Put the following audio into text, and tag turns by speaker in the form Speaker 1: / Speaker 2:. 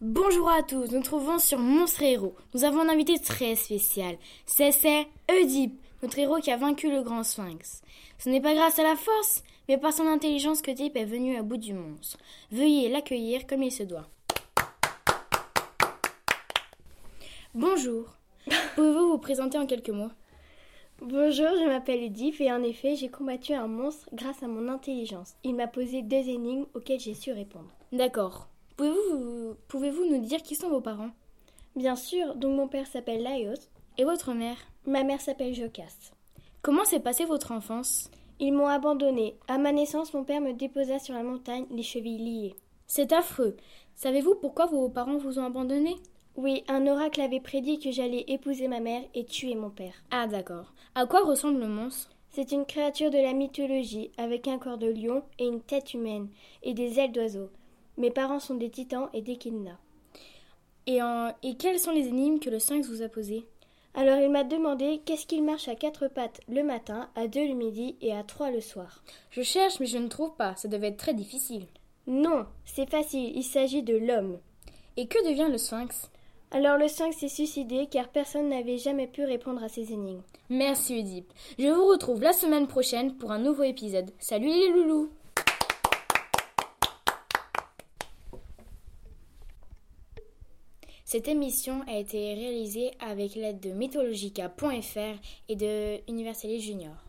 Speaker 1: Bonjour à tous, nous nous trouvons sur Monstre Héros. Nous avons un invité très spécial. C'est c'est Oedipe, notre héros qui a vaincu le grand sphinx. Ce n'est pas grâce à la force, mais par son intelligence que Deep est venu à bout du monstre. Veuillez l'accueillir comme il se doit. Bonjour. Pouvez-vous vous présenter en quelques mots
Speaker 2: Bonjour, je m'appelle Edith et en effet, j'ai combattu un monstre grâce à mon intelligence. Il m'a posé deux énigmes auxquelles j'ai su répondre.
Speaker 1: D'accord. Pouvez-vous pouvez-vous nous dire qui sont vos parents
Speaker 2: Bien sûr, donc mon père s'appelle Laios,
Speaker 1: et votre mère
Speaker 2: ma mère s'appelle Jocaste.
Speaker 1: Comment s'est passée votre enfance
Speaker 2: Ils m'ont abandonné. À ma naissance, mon père me déposa sur la montagne, les chevilles liées.
Speaker 1: C'est affreux. Savez-vous pourquoi vos parents vous ont abandonné
Speaker 2: Oui, un oracle avait prédit que j'allais épouser ma mère et tuer mon père.
Speaker 1: Ah d'accord. À quoi ressemble le monstre
Speaker 2: C'est une créature de la mythologie, avec un corps de lion et une tête humaine, et des ailes d'oiseau. Mes parents sont des titans et des kidna.
Speaker 1: et, en- et quelles sont les énigmes que le sphinx vous a posées
Speaker 2: Alors il m'a demandé qu'est-ce qu'il marche à quatre pattes le matin, à deux le midi et à trois le soir.
Speaker 1: Je cherche, mais je ne trouve pas. Ça devait être très difficile.
Speaker 2: Non, c'est facile, il s'agit de l'homme.
Speaker 1: Et que devient le sphinx
Speaker 2: Alors le sphinx s'est suicidé car personne n'avait jamais pu répondre à ses énigmes.
Speaker 1: Merci Oedipe. Je vous retrouve la semaine prochaine pour un nouveau épisode. Salut les loulous Cette émission a été réalisée avec l'aide de mythologica.fr et de Universalis Junior.